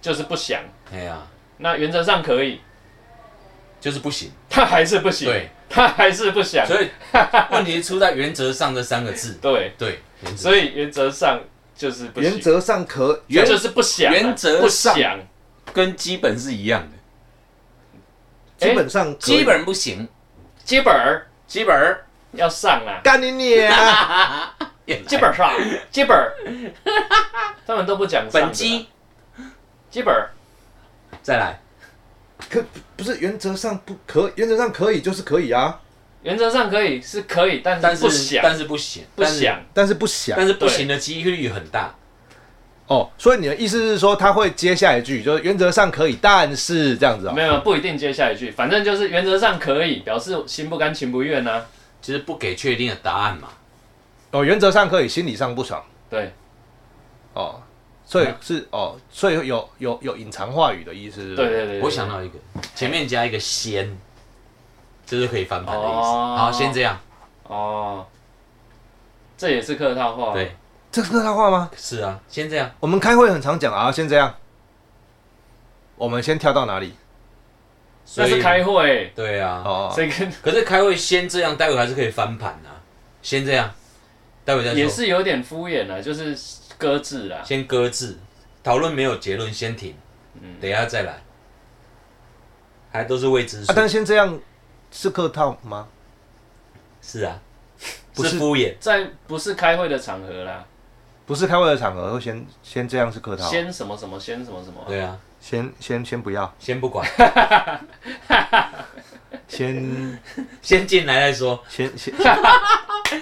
S2: 就是不想。
S1: 哎呀、
S2: 那原则上可以，
S1: 就是不行。
S2: 他还是不行，
S1: 对，
S2: 他还是不想。
S1: 所以问题出在原则上这三个字。
S2: 对，
S1: 对，原则
S2: 所以原则上就是不
S4: 原
S2: 行，
S4: 则上可
S1: 原
S2: 就是不想啊，
S1: 原则
S2: 不
S1: 上
S2: 想，
S1: 跟基本是一样的，
S2: 哎
S4: 基本上可以
S1: 基本不行，
S2: 基本儿
S1: 基本儿
S2: 要上啊，
S4: 干你
S3: [LAUGHS]
S4: 娘！
S2: 基本上，基本儿，他们都不讲上的啦
S1: 本基
S2: 基本儿
S1: 再来，
S4: 可不是原则上不可，原则上可以就是可以啊。
S2: 原则上可以是可以，但
S1: 但
S2: 是不
S1: 是
S2: 想，
S1: 但是不行，
S2: 不
S1: 但是，
S2: 想。
S3: 但是不想
S1: 但是不行的几率很大。
S3: 哦，所以你的意思是说他会接下一句，就是原则上可以，但是这样子啊
S2: 没，有不一定接下一句，反正就是原则上可以，表示心不甘情不愿呐、啊。
S1: 就是不给确定的答案嘛，
S3: 哦，原则上可以，心理上不爽，
S2: 对，
S3: 哦，所以是哦，所以有有有隐藏话语的意思是
S2: 对
S3: 不是，
S2: 对对对
S1: 我想到一个，前面加一个先，就是可以翻盘的意思。
S2: 哦
S1: 好，先这样，
S2: 哦，这也是客套话。
S1: 对，
S3: 这是客套话吗？
S1: 是啊，先这样，
S3: 我们开会很常讲啊，先这样，我们先跳到哪里？
S2: 那
S1: 所以
S2: 是开会，
S1: 对啊，
S3: 哦，
S2: 谁跟
S1: 可是开会先这样，待会还是可以翻盘啊。先这样，待会再说。
S2: 也是有点敷衍啦，就是搁置啦。
S1: 先搁置，讨论没有结论，先停，
S2: 嗯，
S1: 等一下再来。还都是未知数。
S3: 啊，但是先这样是客套吗？
S1: 是啊，
S3: 不是
S1: 是敷衍。
S2: 在不是开会的场合啦，
S3: 不是开会的场合会先先这样是客套，
S2: 先什么什么，先什么什
S3: 哦
S2: 么，
S1: 对啊，
S3: 先先先不要，
S1: 先不
S3: [LAUGHS]
S1: 管，
S3: 先
S1: 先进来再说。
S3: 先先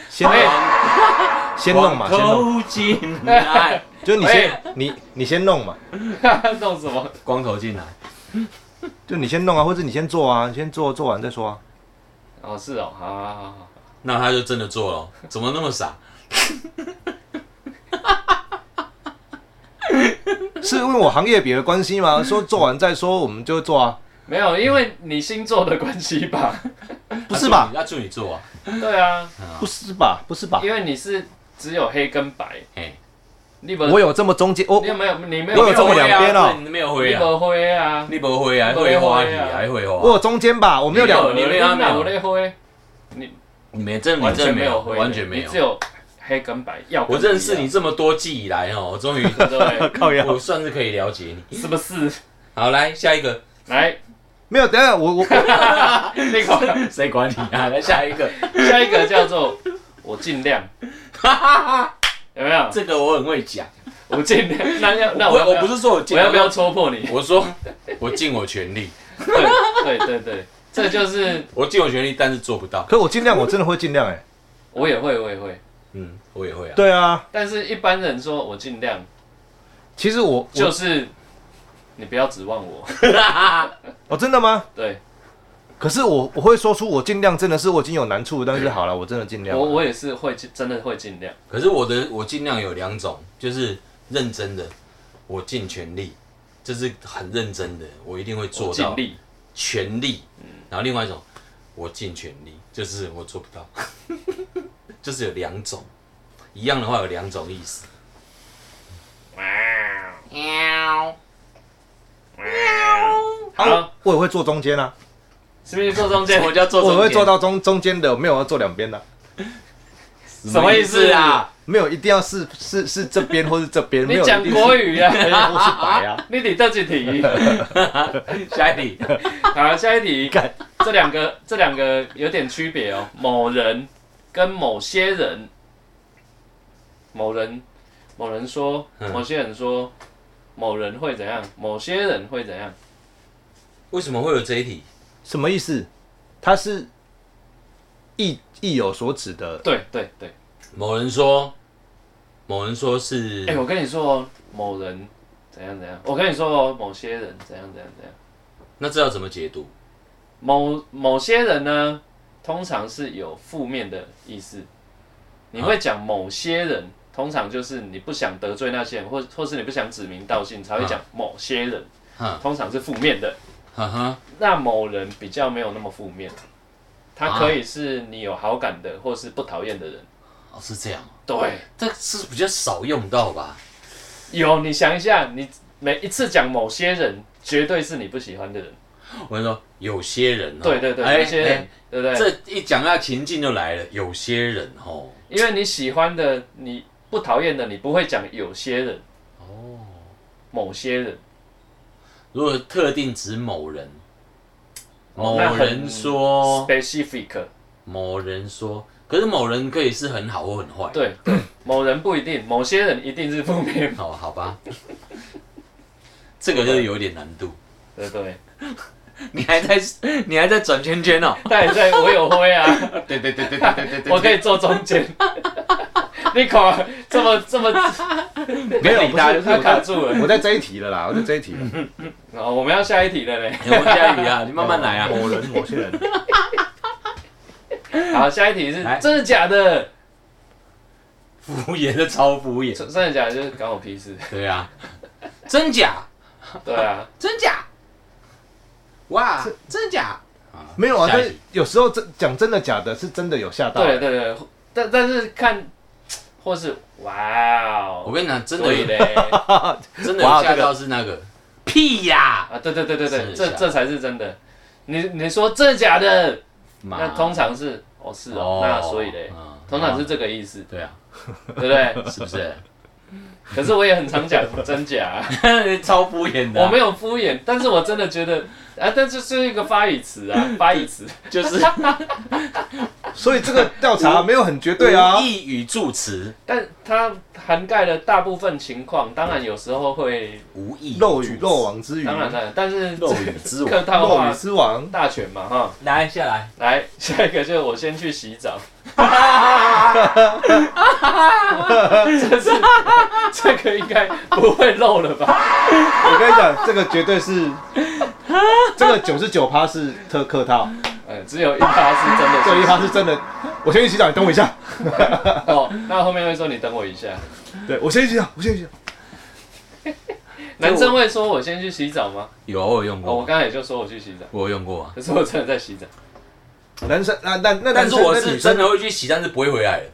S3: 先
S1: 哎
S3: 弄哎先弄嘛，先弄，
S1: 光头进来，
S3: 就你先你你先弄嘛，
S2: [LAUGHS] 弄什么？
S1: 光头进来，
S3: 就你先弄啊，或者你先做啊，你先做做完再说啊。
S2: 哦，是哦，好好好好，
S1: 那他就真的做了哦，怎么那么傻？
S3: 是因为我行业别的关系吗？说做完再说，我们就做啊，
S2: 没有，因为你星座的关系
S3: [LAUGHS]
S2: 吧？
S3: 不是吧？
S1: 他处女座啊，
S2: 对啊，
S3: 不是吧？不是吧？
S2: 因为你是只有黑跟白，
S1: 哎，
S2: 你不
S3: 我有这么中间，我
S2: 你有没有你没
S3: 我有这么两边哦
S1: 啊，你没有
S2: 你
S1: 灰啊，
S2: 不灰啊，
S1: 你不灰啊，
S2: 你没有
S1: 会
S2: 灰
S1: 花
S2: 啊
S1: 你还会
S3: 我
S1: 花，
S3: 有中间吧？我没有两
S1: 你有你没有啊没有
S2: 我那灰，
S1: 你没真的
S2: 完
S1: 你真的
S2: 全
S1: 没
S2: 没有
S1: 有，
S2: 灰，
S1: 完全没
S2: 你
S1: 有
S2: 只。有黑跟白。要跟
S1: 我认识你
S2: 不
S1: 这么多季以来 [LAUGHS] 哦，我终于
S2: 一样，对
S3: 靠腰
S1: 我，算是可以了解你。
S2: 是不是？
S1: 好，来下一个，
S2: 来，
S3: 没有。等一下我我我
S2: 那个
S1: 谁管你啊？来下一个，
S2: 下一个叫做我尽量，有没有？
S1: [LAUGHS] 这个我很会讲。
S2: 我尽量，那要那
S1: 啊我
S2: 我要
S1: 我不
S2: 不要
S1: 是说我
S2: 我
S1: 尽
S2: 要不要
S1: 我
S2: 戳破你？
S1: 我说我尽我全力，
S2: 对对对对，这就是
S1: 我尽我全力，但是做不到。
S3: 可我尽量，我真的会尽量哎、
S2: 我也会，我也会。
S1: 嗯，我也会啊。
S3: 对啊，
S2: 但是一般人说我尽量，
S3: 其实我
S2: 就
S3: 我
S2: 是你不要指望我。
S3: 哦真的吗？
S2: 对
S3: 可是我我会说出我尽量，真的是我已经有难处，但是好了，我真的尽量啊
S2: 我，。我也是会尽，真的会尽量。
S1: 可是我的我尽量有两种，就是认真的，我尽全力，这是很认真的，我一定会
S2: 我
S1: 做
S2: 尽
S1: 到
S2: 力，
S1: 全力。然后另外一种，我尽全力，就是我做不到， [LAUGHS] 就是有两种，一样的话有两种意思。
S2: 好，
S3: 我也会坐中间啊，
S2: 是不是坐中间？
S1: 我就要做中
S3: 我
S1: 间，
S3: 也会做到中中间的，没有要做两边的，
S2: 什么意思啊？
S3: 没有一定要是是是这边或是这边，没
S2: 你
S3: 有
S2: 讲
S3: 一定是
S2: 国语
S3: 黑
S2: 啊？ [LAUGHS]
S3: 或是白啊。
S2: 你理这几题？
S1: 下一题，
S2: 好，下一题
S3: 干。
S2: 这两个这两个有点区别哦，某人跟某些人，某人某人说，
S1: 嗯
S2: 某些人说，某人会怎样？某些人会怎样？
S1: 为什么会有这一题？
S3: 什么意思？他是意意有所指的，
S2: 对对对。
S1: 某人说，某人说是，
S3: 嗯
S2: 哎、我跟你说哦，某人怎样怎样，我跟你说哦，某些人怎样怎样怎样，
S1: 那这要怎么解读？
S2: 某某些人呢，通常是有负面的意思。你会讲某些人，通常就是你不想得罪那些人，或或是你不想指名道姓，才会
S1: 啊
S2: 讲某些人，
S1: 哈
S2: 通常是负面的。
S1: 哈哈，
S2: 那某人比较没有那么负面，他可以是你有好感的，或是不讨厌的人。
S1: 哦是这样哦，
S2: 对，
S1: 这是比较少用到吧？
S2: 有你想一下，你每一次讲某些人，绝对是你不喜欢的人。
S1: 我跟你说，有些人、哦，
S2: 对对对，有些人，对不
S1: 啊哎
S2: 对？
S1: 这一讲到情境就来了，有些人哦，
S2: 因为你喜欢的，你不讨厌的，你不会讲有些人，
S1: 哦，
S2: 某些人，
S1: 如果特定指某人，
S2: 哦
S1: 某
S2: 那很
S1: 人说，
S2: specific，
S1: 某人说，可是某人可以是很好或很坏，
S2: 对，对某人不一定，某些人一定是负面，
S1: 哦，好吧，这个就是有点难度。
S2: 对不对？
S1: 你还在，你还在转圈圈哦。
S2: 但在我有灰啊，
S1: 对对对对对对对
S2: 我可以坐中间。你看，这么这么，
S3: 没有
S1: 理他
S3: 不是
S2: 他卡住了。
S3: 我在这一题了啦，我在这一题了。
S2: 好，我们要下一题了嘞。
S1: 我们下雨啊，你 [LAUGHS] 慢慢来 [LAUGHS] 啊。
S3: 某人某些人，
S2: 好，下一题是
S1: 来
S2: 真的假的？
S1: 敷衍的超敷衍。
S2: 真的假的？就是关我屁事。
S1: 对啊，真假
S2: 对啊，
S1: 真假，哇，真假啊，
S3: 没有啊。
S1: 下
S3: 但
S1: 一
S3: 是
S1: 题啊
S3: 有时候真讲真的假的，是真的有吓到。啊
S2: 对对对，但但是看，或是哇
S1: 我
S2: 哦，
S1: 跟你讲，真
S2: 所以
S1: 的
S2: 嘞。
S1: 真的有吓到是那个屁呀，
S2: 啊，对对对对
S1: 试
S2: 对，
S1: 一
S2: 这
S1: 下
S2: 这才是真的。你你说真的假的？
S1: 妈
S2: 那通常是哦是哦，那所以嘞，
S1: 嗯
S2: 通常是这个意思，
S1: 对啊，
S2: 对不对？ [LAUGHS]
S1: 是不是？
S2: 可是我也很常讲真
S1: [LAUGHS]
S2: 假，啊
S1: 超敷衍的
S2: 我
S1: 啊，
S2: 没有敷衍，但是我真的觉得啊，但这是一个发语词啊，发语词。
S1: 就是
S3: 所以这个调查没有很绝对啊
S1: 无。意语助词，
S2: 但它涵盖了大部分情况，当然有时候会，
S1: 无意
S3: 漏雨漏
S1: 网，
S3: 网之鱼，
S2: 当然了，但是
S1: 漏雨之
S2: 客
S1: 网，
S2: 套
S3: 漏
S2: 话
S3: 雨之王。
S2: 大全嘛哈。
S1: 来下来，
S2: 来，下一个就是我先去洗
S3: [LAUGHS]
S2: 澡。这是这个应该不会漏了吧？ [LAUGHS]
S3: 我跟你讲，这个绝对是，这个九十九趴是特客套，
S2: 哎，只有一趴是真的
S3: 这
S2: 事
S3: 一
S2: 情。
S3: 趴是真的，我先去洗澡，你等我一下。
S2: 哦，那后面会说你等我一下。
S3: 对我先去洗澡，我先去洗澡。
S2: 男生会说我先去洗澡吗？
S1: 有我有用
S2: 哦，我
S1: 过，
S2: 刚才也就说我去洗澡，
S1: 我有用过啊。
S2: 可是我真的在洗澡。
S3: 男生那那那
S1: 但
S3: 男
S1: 是
S3: 生
S1: 我
S3: 那
S1: 是
S3: 女
S1: 真
S3: 生，
S1: 的会去洗，但是不会回来的。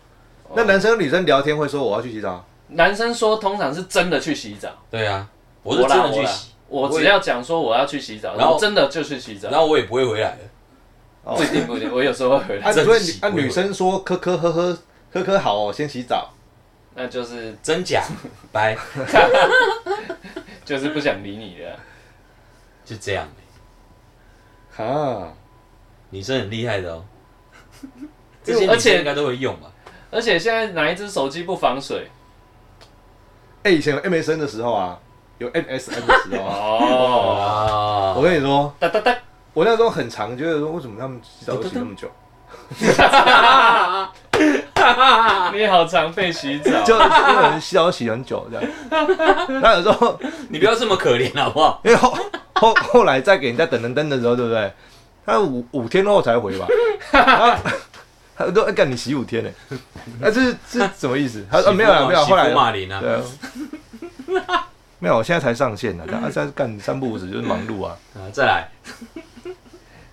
S3: 那男生跟女生聊天会说我要去洗澡，
S2: 哦
S3: 啊
S2: 男生说通常是真的去洗澡，
S1: 对啊，我是真
S2: 啦
S1: 的去洗，
S2: 我
S1: 我
S2: 啦我
S1: 也
S2: 只要讲说我要去洗澡，
S1: 然
S2: 然
S1: 后
S2: 后真的就去洗澡
S1: 然。后我也不会回来的。
S3: 哦
S2: 不一定不一定，我有时候会回来，
S3: 啊，
S1: 真
S3: 所以
S1: 奇
S3: 你
S1: 怪
S3: 啊女生说科科呵呵科科好哦，先洗澡。
S2: 那就是
S1: 真假？拜，
S2: 就是不想理你了。
S1: 就这样。
S3: 哈，
S1: 女生很厉害的哦，这些女
S2: 因为而
S1: 生
S2: 且
S1: 应该都会用吧？
S2: 而且现在哪一只手机不防水？
S3: 哎，以前有 MSN 的时候啊，有 MSN 的时候啊， [LAUGHS]
S2: 哦，
S3: 我
S1: 啊，
S3: 跟你说，
S2: 哒哒哒，
S3: 我那时候很常觉得说，为什么他们洗澡都洗那么久？
S2: 你好常被洗澡，
S3: 就有人洗澡洗很久这样。 [LAUGHS] 那有时候，
S1: 你不要这么可怜好不好？
S3: 因为后后后来再给人家等等等的时候，对不对？他五五天后才回吧，啊他都哎干、你洗五天呢、那、这是这是什么意思？他说、啊、没有
S1: 洗
S3: 了
S1: 福
S3: 没有啦，后
S1: 洗福马
S3: 来
S1: 林啊，
S3: 对啊，没有，我现在才上线呢、啊，
S1: [LAUGHS]
S3: 现在干三不五时就是忙碌啊。
S1: 啊，再来，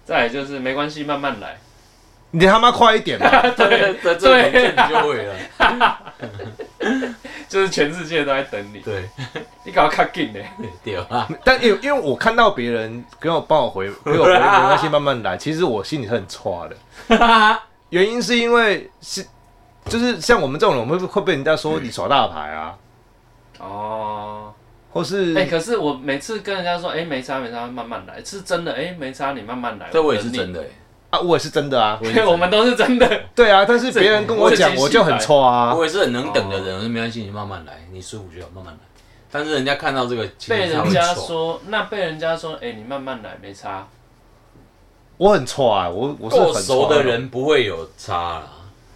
S2: 再来就是没关系，慢慢来。
S3: 你他妈快一点吧！
S1: 对对
S2: 对
S1: 对，这你就会了，
S2: 就是全世界都在等你，
S1: 对
S2: 你搞卡紧呢。
S1: 对啊，
S3: [LAUGHS] 但因为因为我看到别人跟我帮我回给我回没关系，慢慢来。其实我心里是很差的，原因是因为是就是像我们这种人，我们会会被人家说你耍大牌啊，
S2: 哦，
S3: 或是
S2: 哎、可是我每次跟人家说，哎、没差没差，慢慢来，是真的，哎、没差，你慢慢来。
S1: 这我也是
S2: 等
S1: 真
S2: 你， [LAUGHS]
S1: 的欸，
S3: 啊，我也是真的啊，
S1: 也是真的
S2: 我们都是真的。
S3: 对啊，但是别人跟我讲，
S2: 这
S3: 我就很臭啊。
S1: 我也是很能等的人，我说没关系，你慢慢来，你舒服就好，慢慢来。但是人家看到这个，其实
S2: 被
S1: 他
S2: 人
S1: 会
S2: 家
S1: 爽
S2: 说，那被人家说，哎、你慢慢来，没差。
S3: 我很臭啊，我我是
S1: 够
S3: 很臭
S1: 熟的，人不会有差啦，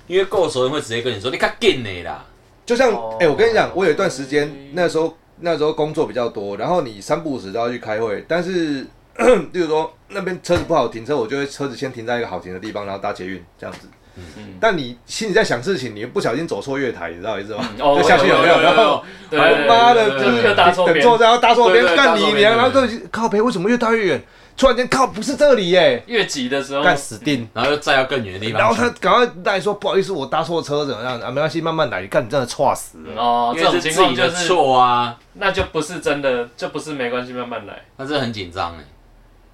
S1: 因为够熟的人会直接跟你说，你看紧你啦，
S3: 就像
S2: 哦
S3: 哎、我跟你讲，我有一段时间那时候那时候工作比较多，然后你三不五时都要去开会，但是 [CLEARS THROAT] 例如说那边车子不好停车，我就会车子先停在一个好停的地方，然后搭捷运这样子。
S2: 嗯
S3: 但你心里在想事情，你又不小心走错月台，你知道意思吗？
S2: 哦
S3: 就下去嗯有没有？然后
S2: 对
S3: 他
S2: 对
S3: 妈的，
S2: 对
S3: 就
S2: 对
S3: 是
S2: 又搭错
S3: 等
S2: 边，
S3: 错然后搭错边
S1: 对对
S3: 干
S1: 搭
S3: 你
S1: 错边
S3: 娘，然后
S1: 对
S3: 就靠北，为什么越搭越远？突然间靠，不是这里耶，
S2: 越挤的时候，
S3: 干死定！
S1: 然后又再要更远的地方去。
S3: 嗯然后他赶快来说不好意思，我搭错车怎么样啊？没关系，慢慢来。干，你真的错死
S2: 嗯
S3: 了。
S2: 哦，这
S1: 因
S2: 种
S1: 为是
S2: 情
S1: 自
S2: 况
S1: 己
S2: 就
S1: 的
S2: 是，
S1: 错啊，
S2: 那就不是真的，就不是没关系，慢慢来。
S1: 他真的很紧张哎。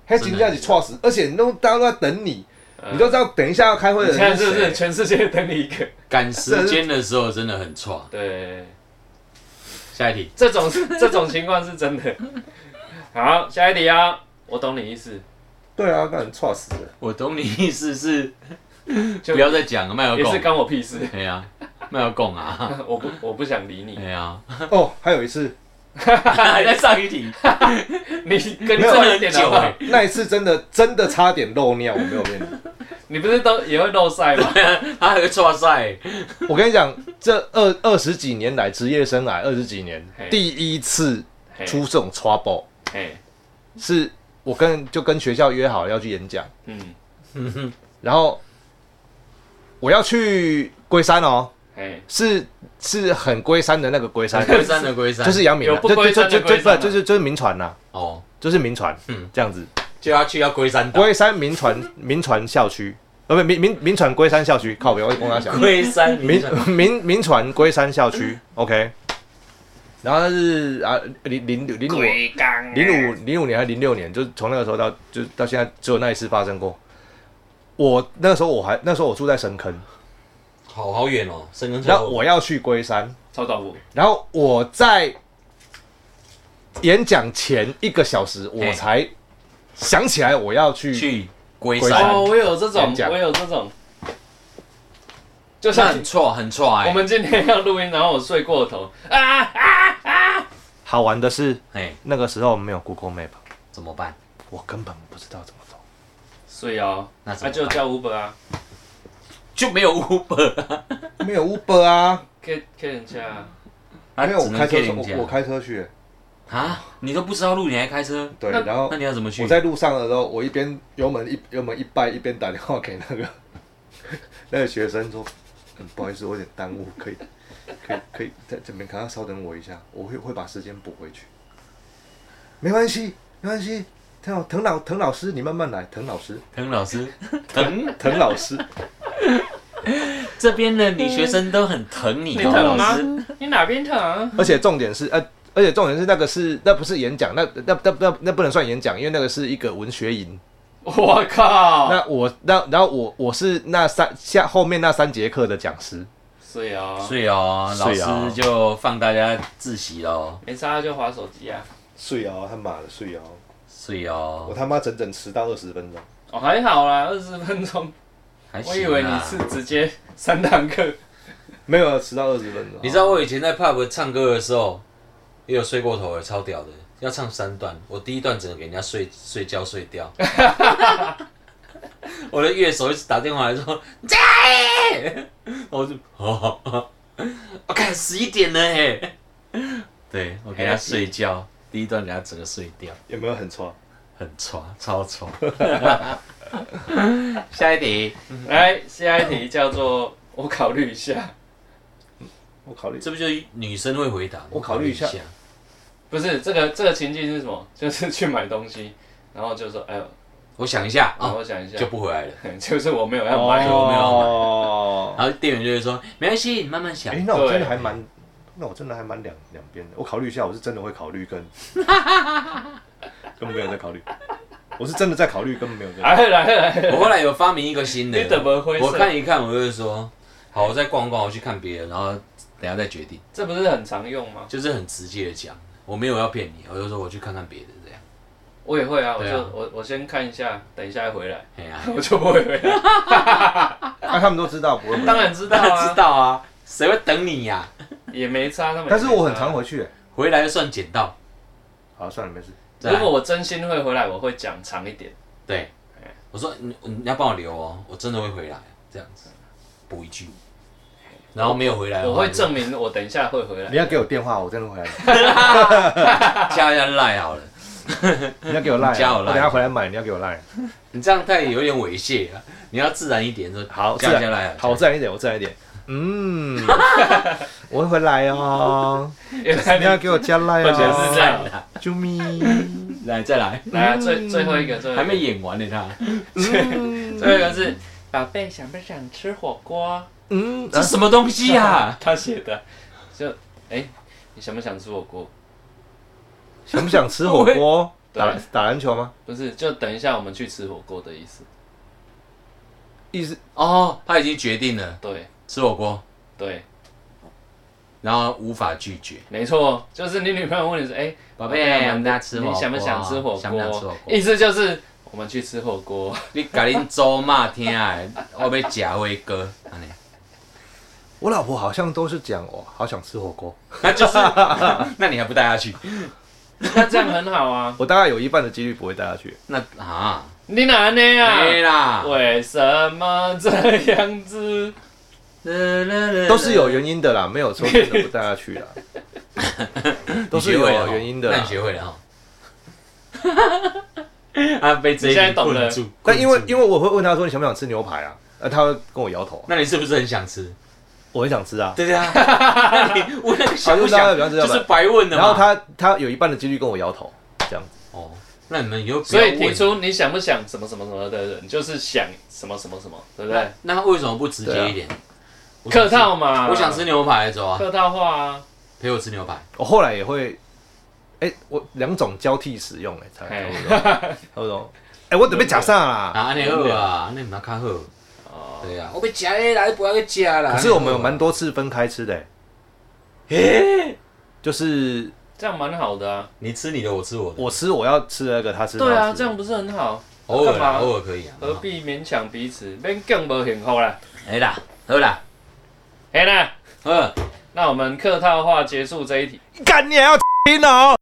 S3: 还请假你错死，而且都大家都在等你，
S2: 嗯
S3: 你都知道等一下要开会的
S2: 你现在
S3: 人
S2: 是
S3: 是
S2: 不是
S3: 谁。
S2: 全世界等你一个？
S1: 赶时间的时候真的很差。
S2: 对，
S1: 下一题，
S2: 这种这种情况是真的。 [LAUGHS] 好，下一题啊，我懂你意思，
S3: 对啊，干你错死 [LAUGHS] 了。
S1: 我懂你意思是
S2: 就
S1: 不要再讲了，麦有
S2: 也是
S1: 共，
S2: 关我屁事，
S1: 对呀，麦有共啊，
S2: 我不我不想
S1: [LAUGHS]
S2: 理你，
S1: 对呀，
S3: 哦，还有一次，
S1: 还在上一 [LAUGHS] 题，
S2: 你跟你
S3: 没有
S2: 真的很久
S1: 很久
S2: 了
S1: 欸，
S3: 那一次真的真的差点漏尿，我没有骗你。
S2: 你不是都也会漏
S1: [LAUGHS]
S2: 晒吗？
S1: 他还会错赛，
S3: 我跟你讲，这二二十几年来职业生涯二十几年
S2: 嘿，
S3: 第一次
S2: 嘿
S3: 出这种 trouble
S2: 嘿，
S3: 是我跟就跟学校约好要去演讲，
S2: 嗯，
S3: 然后我要去龟山哦，
S2: 嘿，
S3: 是是很龟山的那
S2: [LAUGHS]
S3: 个龟山，
S1: 龟山的龟山，
S3: 就是阳明、
S2: 有
S3: 啊，
S2: 不
S3: 就
S2: 龟
S3: 就
S2: 山
S3: 就
S2: 的
S3: 就
S2: 龟
S3: 不
S2: 山啊
S3: 就是就是民传呐，
S1: 哦，
S3: 就是民传，
S1: 嗯
S3: 这样子，
S1: 就要去要龟山岛，
S3: 龟山民传 [LAUGHS] 民传校区，呃不民民民传龟山校区，靠北，我跟他讲，
S1: 龟山
S3: 民
S1: 名
S3: [LAUGHS] 民民传龟山校区，OK，然后那是啊零零零五
S2: 龟缸，
S3: 零五零五年还是零六年，就是从那个时候到就到现在，只有那一次发生过。我那时候我还那时候我住在深坑，
S2: 哦
S1: 好好远哦，深坑
S3: 然
S1: 超
S3: 后我要去龟山，
S2: 臭豆腐，
S3: 然后我在演讲前一个小时，我才想起来我要去，
S1: 去龟
S3: 龟山
S1: 山，
S2: 哦，我有这种
S3: 演，讲
S2: 我有这种，就
S1: 那
S2: 像
S1: 很错很错
S2: 我
S1: 哎，
S2: 们今天要录音，然后我睡过头啊啊啊！
S3: 好玩的是
S1: 哎，
S3: 那个时候没有 Google Map，
S1: 怎么办？
S3: 我根本不知道怎么走。
S2: 睡哦，
S1: 那
S2: 那
S1: 怎么办
S2: 就叫 Uber 啊，
S1: 就没有 Uber， [LAUGHS]
S3: 没有 Uber 啊，
S2: 可以可以人家啊，
S1: 啊
S3: 因为我
S1: 只能
S3: 开车
S1: K 零
S3: 我我开车去，
S1: 啊，你都不知道路，你还开车，
S4: 对，
S2: 那
S4: 然
S3: 哦
S4: 后
S1: 那你要怎么去
S4: 我？在路上的时候，我一边油门一油门一掰，一边打电话给那个 [LAUGHS] 那个学生说、嗯：“不好意思，我有点耽误，可以可以可以在这边，可能稍等我一下，我会会把时间补回去。没关系，没关系。腾老腾老腾老师，你慢慢来，腾老师，
S1: 滕老师，疼
S4: 腾老师，
S1: 这边的女学生都很疼啊你，
S2: [LAUGHS] 你
S1: 滕老
S2: 嗯疼吗
S1: 师。？
S2: 你哪边疼？
S3: 而且重点是，呃，而且重点是那个是那不是演讲，那那那那那不能算演讲，因为那个是一个文学营。
S2: 我靠！
S3: 那我那然后我我是那三下后面那三节课的讲师，
S2: 是啊，
S1: 所以哦，老
S3: 睡啊
S1: 师就放大家自习喽。
S2: 没差就划手机啊。
S4: 睡哦，他妈的睡哦，
S1: 所以
S4: 我
S1: 哦，
S4: 他妈整整迟到二十分钟。
S2: 哦，还好啦，二十分 [LAUGHS] 钟。
S1: 还行
S2: 我
S1: 啊
S2: 以为你是直接三堂 [LAUGHS] 课。
S4: 没有啊迟到二十分钟，啊
S1: 你知道我以前在 pub 唱歌的时候，也有睡过头的，超屌的。要唱三段，我第一段只能给人家睡睡觉睡掉。 [LAUGHS] 我的乐手一直打电话来说：“在。”我就哦，我看十一点了哎。对，我给他睡觉，第一段给他整个睡掉，
S4: 有没有很错？
S1: 很抓，超抓。 [LAUGHS] 下一题，
S2: 来，下一题叫做 [LAUGHS] 我考虑一下，
S4: 我考虑
S1: 这不就是女生会回答？
S4: 我考虑一下
S2: 不是这个这个情境是什么？就是去买东西，然后就说，哎呦，
S1: 我想一下啊，
S2: 我想一下
S1: 就，不回来了。
S2: [LAUGHS] 就是我没有要
S1: 我没
S2: 买。[LAUGHS]
S1: 有买
S3: 哦，
S1: 然后店员就会说：“没关系，你慢慢想
S4: 哎、。那我真
S2: 对
S4: 的还蛮，那我真的还蛮两两边的。我考虑一下，我是真的会考虑跟，跟没有在考虑，我是真的在考虑跟没有在考虑。
S2: 来哎来
S1: [LAUGHS]
S2: 来，”
S1: 我后来有发明一个新的
S2: 你，怎么回
S1: 我
S2: 事？
S1: 看一看，我就说：“好，我再逛逛，我去看别人，然后等下再决定。
S2: 这不是很常用吗”？
S1: 就是很直接的讲，我没有要骗你，我就说我去看看别的这样。
S2: 我也会啊，我
S1: 对
S2: 就
S1: 啊
S2: 我我先看一下，等一
S1: [LAUGHS]
S2: 下回来，
S1: 哎
S2: [LAUGHS]
S1: 呀、
S2: 我就不会回来。
S3: 那、
S4: 啊
S3: 他们都知道不会回来，
S2: 当然知
S1: [LAUGHS]
S2: 道
S1: 当然
S2: 啊
S1: 知，道啊，谁会等你呀、
S2: 也没差他们。
S3: 但是我很常。回去、欸，
S1: 回来就算捡到。
S4: 好，算了，没事。
S1: 再
S2: 如
S1: 来
S2: 果我真心会回来，我会讲长一点。
S1: 对，我说你你要帮我留哦，我真的会回来，这样子补一句。然后没有回来的
S2: 我
S1: 话，
S2: 会证明我等一下会回来
S3: 你。要给我电话，我真的回来，
S1: 加一下赖好了。
S3: 你要给
S4: 啊
S3: 我赖、
S1: 加我
S3: 我
S1: line
S3: 等下回来买，你要给我赖，
S1: 你这样太有点猥亵了，你要自然一点说
S3: 好
S1: 加
S3: 自然
S1: 加来啊，
S3: 好，我
S1: 加
S3: 自然一点，我自然一点，嗯，我会回来哦，
S2: [LAUGHS] 原来
S3: 你要给我加赖
S2: 本钱是这
S3: 哦，
S2: 样的。
S3: 啾咪，
S1: 来再来，
S2: 来啊，最最后一个，最后
S1: 还
S2: 一个
S1: 没，演完呢他，
S3: 嗯
S2: 最后一个是宝贝，想不想吃火锅？
S3: 嗯，
S1: 这
S3: 啊
S1: 什么东西呀？
S2: 他写的，就哎，你想不想吃火锅？
S3: 想不想吃火锅？
S2: 对
S3: 打打篮球吗？
S2: 不是，就等一下我们去吃火锅的意思。
S3: 意思
S1: 哦，他已经决定了
S2: 对
S1: 吃火锅，
S2: 对，
S1: 然后无法拒绝。
S2: 没错，就是你女朋友问你说，哎，
S1: 宝贝，我们家吃火锅，啊
S2: 你想不想吃火锅？
S1: 想不想吃火锅？
S2: 意思就是我们去吃火锅。 [LAUGHS]
S1: 你赶紧咒骂听的，我要吃辉
S2: [LAUGHS]
S1: 哥，安尼
S3: 我老婆好像都是讲哦，好想吃火锅。
S1: 那就是， [LAUGHS] 那你还不带他去？
S2: 那这样很好啊，
S3: 我大概有一半的几率不会带她去。
S1: 那啊，
S2: 你哪那
S1: 没
S2: 样？
S1: 啦，
S2: 为什么这样子？
S3: 都
S1: 都
S3: 是有原因的啦，没有说真的不带她去啦，都是有哦原因的
S1: 那
S3: 啦
S1: 你。学会了哈。啊，被这一
S2: 你现在
S1: 点
S2: 懂了
S1: 困住。
S3: 但因为因
S1: 为
S3: 为我会问她说你想不想吃牛排啊，那她会跟我摇头啊，
S1: 那你是不是很想吃？
S3: 我很想吃啊。
S1: 对 [LAUGHS] 啊，那你问想不想
S3: 啊就大家
S1: 就是白问了
S3: 然
S1: 嘛。
S3: 后她她有一半的几率跟我摇头，这样子。
S1: 哦，那你们以后不
S2: 所
S1: 要
S2: 以
S1: 问
S2: 提出你想不想什么什么什么的人，就是想什么什么什么，对不对？
S1: 那他为什么不直接一点？我想
S2: 啊客
S1: 吃，
S2: 套嘛，
S1: 我想吃牛排，走啊，
S2: 客套话啊。
S1: 陪我吃牛排。
S3: 我后来也会，哎，我两种交替使用，哎，差
S2: 嘿 [LAUGHS]
S3: 不多，差不多。哎，我准备假上啦。
S1: 啊，那好啊，那你们较好。
S2: 哦，
S1: 对啊，我被夹的来，不要被夹啦。
S3: 可是我们有蛮多次分开吃的，哎
S1: 诶，
S3: 就是
S2: 这样蛮好的啊。
S1: 你吃你的，我吃我的，
S3: 我吃我要吃那个，她吃她
S2: 对啊，
S3: 吃
S2: 这样不是很好？
S1: 偶尔
S2: 干
S1: 啦
S2: 嘛
S1: 偶尔可以啊。
S2: 何必勉强彼此？免更无幸福啦。
S1: 哎啦，好啦，
S2: 嘿啦，
S1: 好。
S2: 那我们客套话结束这一题。
S3: 干你还要听哦。